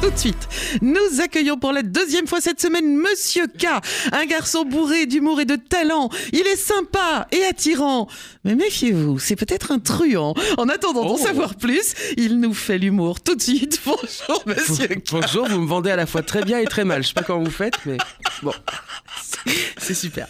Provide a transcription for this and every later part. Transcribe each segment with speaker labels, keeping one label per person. Speaker 1: Tout de suite, nous accueillons pour la deuxième fois cette semaine Monsieur K, un garçon bourré d'humour et de talent. Il est sympa et attirant, mais méfiez-vous, c'est peut-être un truand. En attendant d'en
Speaker 2: Oh.
Speaker 1: savoir plus, il nous fait l'humour. Tout de suite, bonjour Monsieur K.
Speaker 2: Bonjour, vous me vendez à la fois très bien et très mal. Je sais pas comment vous faites, mais bon, c'est super.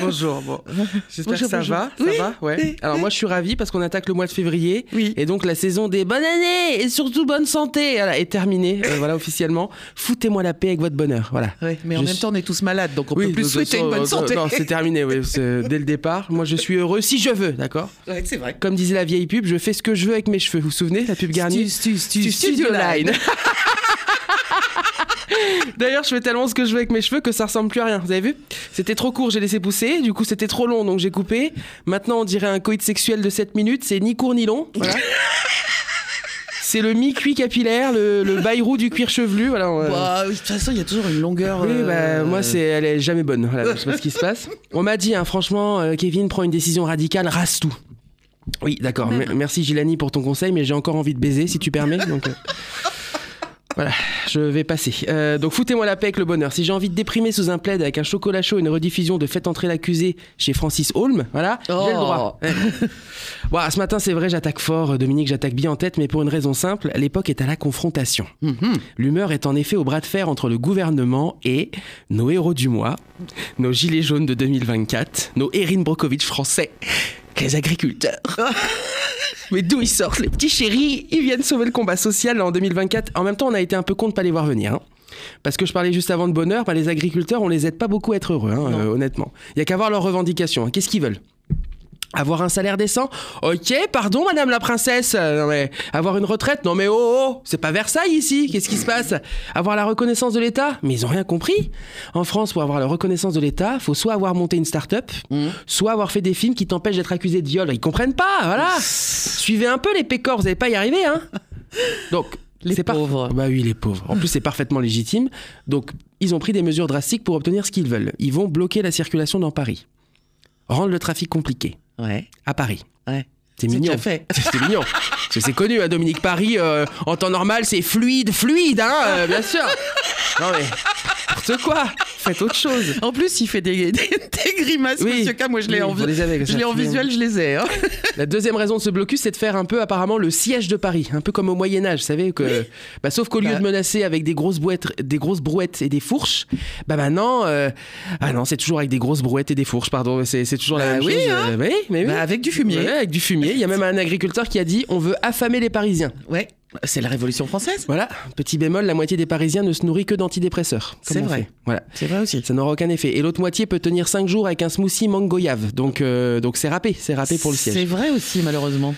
Speaker 2: Bonjour, bon, j'espère que
Speaker 1: Bonjour,
Speaker 2: ça
Speaker 1: bonjour.
Speaker 2: va,
Speaker 1: Oui,
Speaker 2: ça va, ouais.
Speaker 1: oui,
Speaker 2: Alors
Speaker 1: oui.
Speaker 2: moi, je suis ravi parce qu'on attaque le mois de février
Speaker 1: Oui.
Speaker 2: et donc la saison des bonnes années et surtout bonne santé voilà, est terminée. euh, voilà officiellement. Foutez-moi la paix avec votre bonheur, voilà.
Speaker 1: Ouais, mais en
Speaker 2: Je
Speaker 1: même
Speaker 2: suis-
Speaker 1: temps, on est tous malades, donc on
Speaker 2: Oui,
Speaker 1: peut
Speaker 2: de
Speaker 1: plus
Speaker 2: toute
Speaker 1: souhaiter
Speaker 2: façon,
Speaker 1: une bonne
Speaker 2: euh,
Speaker 1: santé.
Speaker 2: Non, c'est terminé, oui, c'est- euh, dès le départ. Moi, je suis heureux si je veux, d'accord.
Speaker 1: Ouais, c'est vrai.
Speaker 2: Comme disait la vieille pub, je fais ce que je veux avec mes cheveux. Vous vous souvenez la pub Garnier
Speaker 1: Stu- stu- stu-
Speaker 2: du Studio Line. D'ailleurs, je fais tellement ce que je veux avec mes cheveux que ça ressemble plus à rien. Vous avez vu C'était trop court, j'ai laissé pousser. Du coup, c'était trop long, donc j'ai coupé. Maintenant, on dirait un coït sexuel de 7 minutes. C'est ni court ni long. Voilà. C'est le mi-cuit capillaire, le, le bayrou du cuir chevelu. Voilà. on-
Speaker 1: Bah, de toute façon, il y a toujours une longueur.
Speaker 2: oui, bah,
Speaker 1: euh,
Speaker 2: moi, c'est, elle est jamais bonne. Voilà, je sais pas ce qui se passe. On m'a dit, hein, franchement, euh, Kevin prend une décision radicale, rase tout. Oui, d'accord. Mer- Merci Gilani pour ton conseil, mais j'ai encore envie de baiser, si tu permets. Donc, euh, voilà, je vais passer. Euh, donc, foutez-moi la paix avec le bonheur. Si j'ai envie de déprimer sous un plaid avec un chocolat chaud, et une rediffusion de Faites entrer l'accusé chez Francis Holm, voilà, j'ai le
Speaker 1: Oh.
Speaker 2: droit. Ouais. Bon, ce matin, c'est vrai, j'attaque fort. Dominique, j'attaque bien en tête, mais pour une raison simple, l'époque est à la confrontation.
Speaker 1: mhm.
Speaker 2: L'humeur est en effet au bras de fer entre le gouvernement et nos héros du mois, nos gilets jaunes de 2024, nos Erin Brockovich français, les agriculteurs. Mais d'où ils sortent les petits chéris Ils viennent sauver le combat social là, en 2024. En même temps, on a été un peu con de pas les voir venir. hein. Parce que je parlais juste avant de bonheur, bah, les agriculteurs, on les aide pas beaucoup à être heureux, hein,
Speaker 1: Non.
Speaker 2: euh, honnêtement. Il y a qu'à voir leurs revendications. hein. Qu'est-ce qu'ils veulent avoir un salaire décent Ok, pardon madame la princesse. Euh, non, mais avoir une retraite Non mais oh, oh c'est pas Versailles ici. Qu'est-ce qui se passe Avoir la reconnaissance de l'État Mais ils ont rien compris. En France, pour avoir la reconnaissance de l'État, faut soit avoir monté une start-up, soit avoir fait des films qui t'empêchent d'être accusé de viol. Ils comprennent pas, voilà. Suivez un peu les pécores, vous n'allez pas y arriver, hein. Donc,
Speaker 1: Les
Speaker 2: c'est par-
Speaker 1: pauvres.
Speaker 2: Bah oui, les pauvres. En plus, c'est parfaitement légitime. Donc, ils ont pris des mesures drastiques pour obtenir ce qu'ils veulent. Ils vont bloquer la circulation dans Paris, rendre le trafic compliqué
Speaker 1: Ouais,
Speaker 2: à Paris.
Speaker 1: ouais. C'est
Speaker 2: C'est mignon.
Speaker 1: déjà fait.
Speaker 2: C'est mignon. Parce que C'est connu, hein, Dominique Paris, euh, en temps normal, c'est fluide, fluide, hein, euh, bien sûr. Non mais, n'importe quoi. Faites autre chose.
Speaker 1: En plus, il fait des, des- des grimaces,
Speaker 2: Oui.
Speaker 1: monsieur K. Moi, je l'ai
Speaker 2: Oui,
Speaker 1: en,
Speaker 2: vous les avez, comme
Speaker 1: je
Speaker 2: ça,
Speaker 1: l'ai en
Speaker 2: tu les-
Speaker 1: visuel, je les ai. hein.
Speaker 2: La deuxième raison de ce blocus, c'est de faire un peu apparemment le siège de Paris, un peu comme au Moyen Âge, vous savez que. Bah, sauf qu'au lieu
Speaker 1: Bah.
Speaker 2: de menacer avec des grosses brouettes, des grosses brouettes et des fourches, bah maintenant, euh, ah non, c'est toujours avec des grosses brouettes et des fourches, pardon, c'est c'est toujours la
Speaker 1: Bah
Speaker 2: même
Speaker 1: oui,
Speaker 2: chose.
Speaker 1: hein.
Speaker 2: euh, bah oui, mais oui.
Speaker 1: Bah, avec du fumier.
Speaker 2: Ouais, avec du fumier. Il y a même un agriculteur qui a dit on veut affamer les Parisiens.
Speaker 1: Ouais, c'est la Révolution française.
Speaker 2: Voilà, petit bémol, la moitié des Parisiens ne se nourrit que d'antidépresseurs. Comment
Speaker 1: C'est
Speaker 2: on
Speaker 1: vrai.
Speaker 2: fait Voilà.
Speaker 1: C'est vrai aussi.
Speaker 2: Ça n'aura aucun effet. Et l'autre moitié peut tenir 5 jours avec un smoothie mangoyave. Donc euh, donc c'est râpé, c'est râpé pour le
Speaker 1: C'est
Speaker 2: siège.
Speaker 1: vrai aussi, malheureusement.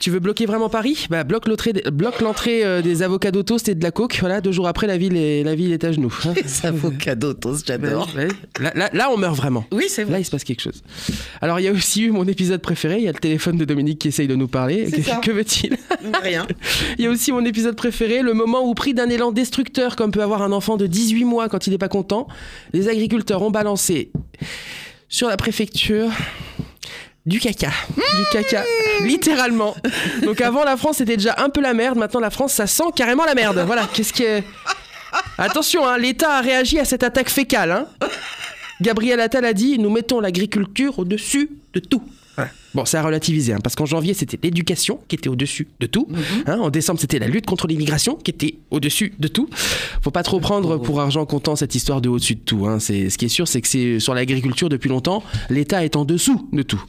Speaker 2: Tu veux bloquer vraiment Paris Bah bloque l'entrée des- bloque l'entrée euh, des avocats toast et de la coke. Voilà, deux jours après la ville est la ville est à genoux. Hein
Speaker 1: Les avocats d'autos, j'adore.
Speaker 2: Ouais, ouais. là, là- là, on meurt vraiment.
Speaker 1: Bah Oui, c'est vrai.
Speaker 2: Là, il se passe quelque chose. Alors, il y a aussi eu mon épisode préféré. Il y a le téléphone de Dominique qui essaye de nous parler.
Speaker 1: C'est
Speaker 2: Que-
Speaker 1: ça.
Speaker 2: que veut-il
Speaker 1: Rien.
Speaker 2: Il y a aussi mon épisode préféré, le moment où, pris d'un élan destructeur comme peut avoir un enfant de 18 mois quand il n'est pas content, les agriculteurs ont balancé sur la préfecture du caca. Du caca, littéralement. Donc avant, la France, c'était déjà un peu la merde. Maintenant, la France, ça sent carrément la merde. Voilà, qu'est-ce que... Attention, hein, l'État a réagi à cette attaque fécale. hein. Gabriel Attal a dit, nous mettons l'agriculture au-dessus de tout. Bon, ça a relativisé, hein, parce qu'en janvier, c'était l'éducation qui était au-dessus de tout. hein. en décembre, c'était la lutte contre l'immigration qui était au-dessus de tout. Faut pas trop prendre pour argent comptant cette histoire de au-dessus de tout. hein. C'est, ce qui est sûr, c'est que c'est sur l'agriculture depuis longtemps, l'État est en dessous de tout.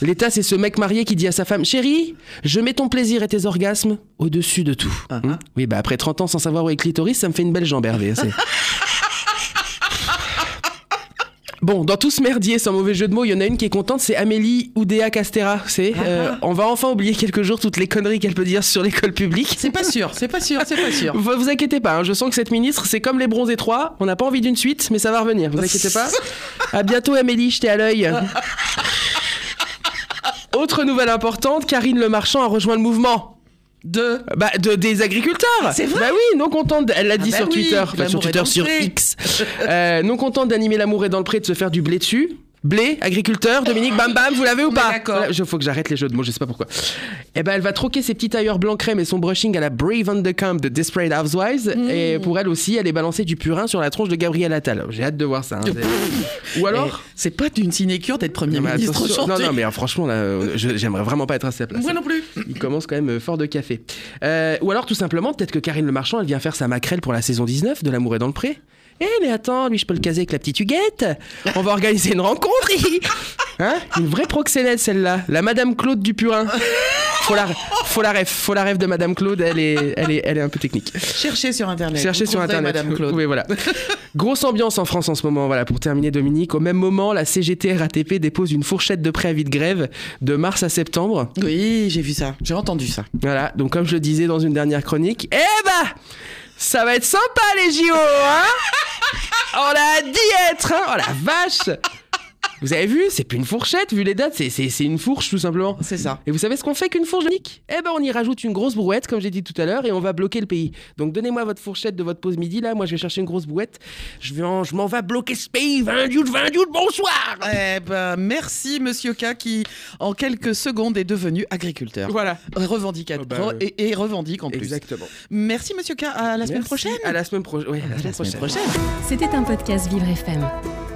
Speaker 2: L'État, c'est ce mec marié qui dit à sa femme Chérie, je mets ton plaisir et tes orgasmes au-dessus de tout.
Speaker 1: Ah,
Speaker 2: Hmm
Speaker 1: ah.
Speaker 2: oui, bah après 30 ans sans savoir où est le clitoris, ça me fait une belle jambe, Hervé. hein, c'est- Bon, dans tout ce merdier, sans mauvais jeu de mots, il y en a une qui est contente, c'est Amélie Oudéa Castera. C'est, euh, on va enfin oublier quelques jours toutes les conneries qu'elle peut dire sur l'école publique.
Speaker 1: C'est pas sûr, c'est pas sûr, c'est pas sûr.
Speaker 2: Vous, vous inquiétez pas, hein, je sens que cette ministre, c'est comme les bronzés 3, on n'a pas envie d'une suite, mais ça va revenir, vous inquiétez pas. À bientôt Amélie, je t'ai à l'œil. Autre nouvelle importante, Karine Le Marchand a rejoint le mouvement.
Speaker 1: Deux.
Speaker 2: Bah, de, des agriculteurs
Speaker 1: C'est vrai
Speaker 2: Bah oui, non contente, elle l'a dit
Speaker 1: bah
Speaker 2: sur
Speaker 1: oui,
Speaker 2: Twitter,
Speaker 1: l'amour
Speaker 2: enfin sur
Speaker 1: est
Speaker 2: Twitter,
Speaker 1: dans le
Speaker 2: sur
Speaker 1: pré.
Speaker 2: X. Euh, non contente d'animer l'amour est dans le pré, de se faire du blé dessus, Blé, agriculteur, Dominique, bam bam, vous l'avez ou
Speaker 1: est
Speaker 2: pas
Speaker 1: d'accord.
Speaker 2: Voilà, Je faut que j'arrête les jeux de mots, je sais pas pourquoi. Eh ben, elle va troquer ses petits tailleurs blanc crème et son brushing à la Brave Undercamp de Desperate Housewives.
Speaker 1: Mmh.
Speaker 2: Et pour elle aussi, elle est balancée du purin sur la tronche de Gabriel Attal. J'ai hâte de voir ça. hein. C'est- ou alors
Speaker 1: Eh, C'est pas d'une sinécure d'être Premier
Speaker 2: Non, mais
Speaker 1: Eh, ministre
Speaker 2: attention. non,
Speaker 1: aujourd'hui.
Speaker 2: non, mais euh, franchement, là, euh, je- j'aimerais vraiment pas être à sa place.
Speaker 1: Moi non plus.
Speaker 2: Il commence quand même euh, fort de café. Euh, ou alors, tout simplement, peut-être que Karine Le Marchand, elle vient faire sa maquerelle pour la saison 19 de L'amour est dans le pré. Eh, mais attends, lui, je peux le caser avec la petite Huguette. On va organiser une rencontre. Hein Une vraie proxénète, celle-là. La Madame Claude Dupurin. Faut la, faut la rêve, faut la rêve de Madame Claude. Elle est, elle est, elle est un peu technique.
Speaker 1: Cherchez sur Internet.
Speaker 2: Cherchez
Speaker 1: Vous
Speaker 2: sur
Speaker 1: trouverez
Speaker 2: internet.
Speaker 1: Madame Claude.
Speaker 2: Oui, voilà. Grosse ambiance en France en ce moment. Voilà, pour terminer, Dominique. Au même moment, la CGT RATP dépose une fourchette de préavis de grève de mars à septembre.
Speaker 1: Oui, j'ai vu ça. J'ai entendu ça.
Speaker 2: Voilà. Donc, comme je le disais dans une dernière chronique, eh bah, ça va être sympa les JO, hein On a dit être. hein. oh la vache Vous avez vu C'est plus une fourchette. Vu les dates, c'est- c'est c'est une fourche tout simplement.
Speaker 1: C'est ça.
Speaker 2: Et vous savez ce qu'on fait qu'une fourche, Dominique Eh ben, on y rajoute une grosse brouette, comme j'ai dit tout à l'heure, et on va bloquer le pays. Donc, donnez-moi votre fourchette de votre pause midi, là. Moi, je vais chercher une grosse brouette. Je vais en- je m'en vais bloquer ce pays. 20 doute, 20 doute, bonsoir
Speaker 1: Eh ben, merci, monsieur K, qui, en quelques secondes, est devenu agriculteur.
Speaker 2: Voilà.
Speaker 1: Revendicateur.
Speaker 2: Oh bah, euh,
Speaker 1: et, et revendique en plus.
Speaker 2: Exactement.
Speaker 1: Merci, monsieur K. À la semaine
Speaker 2: Merci.
Speaker 1: prochaine.
Speaker 2: À la semaine prochaine. Oui, à la
Speaker 1: À la
Speaker 2: semaine
Speaker 1: semaine
Speaker 2: prochaine.
Speaker 1: prochaine.
Speaker 3: C'était un podcast Vivre FM.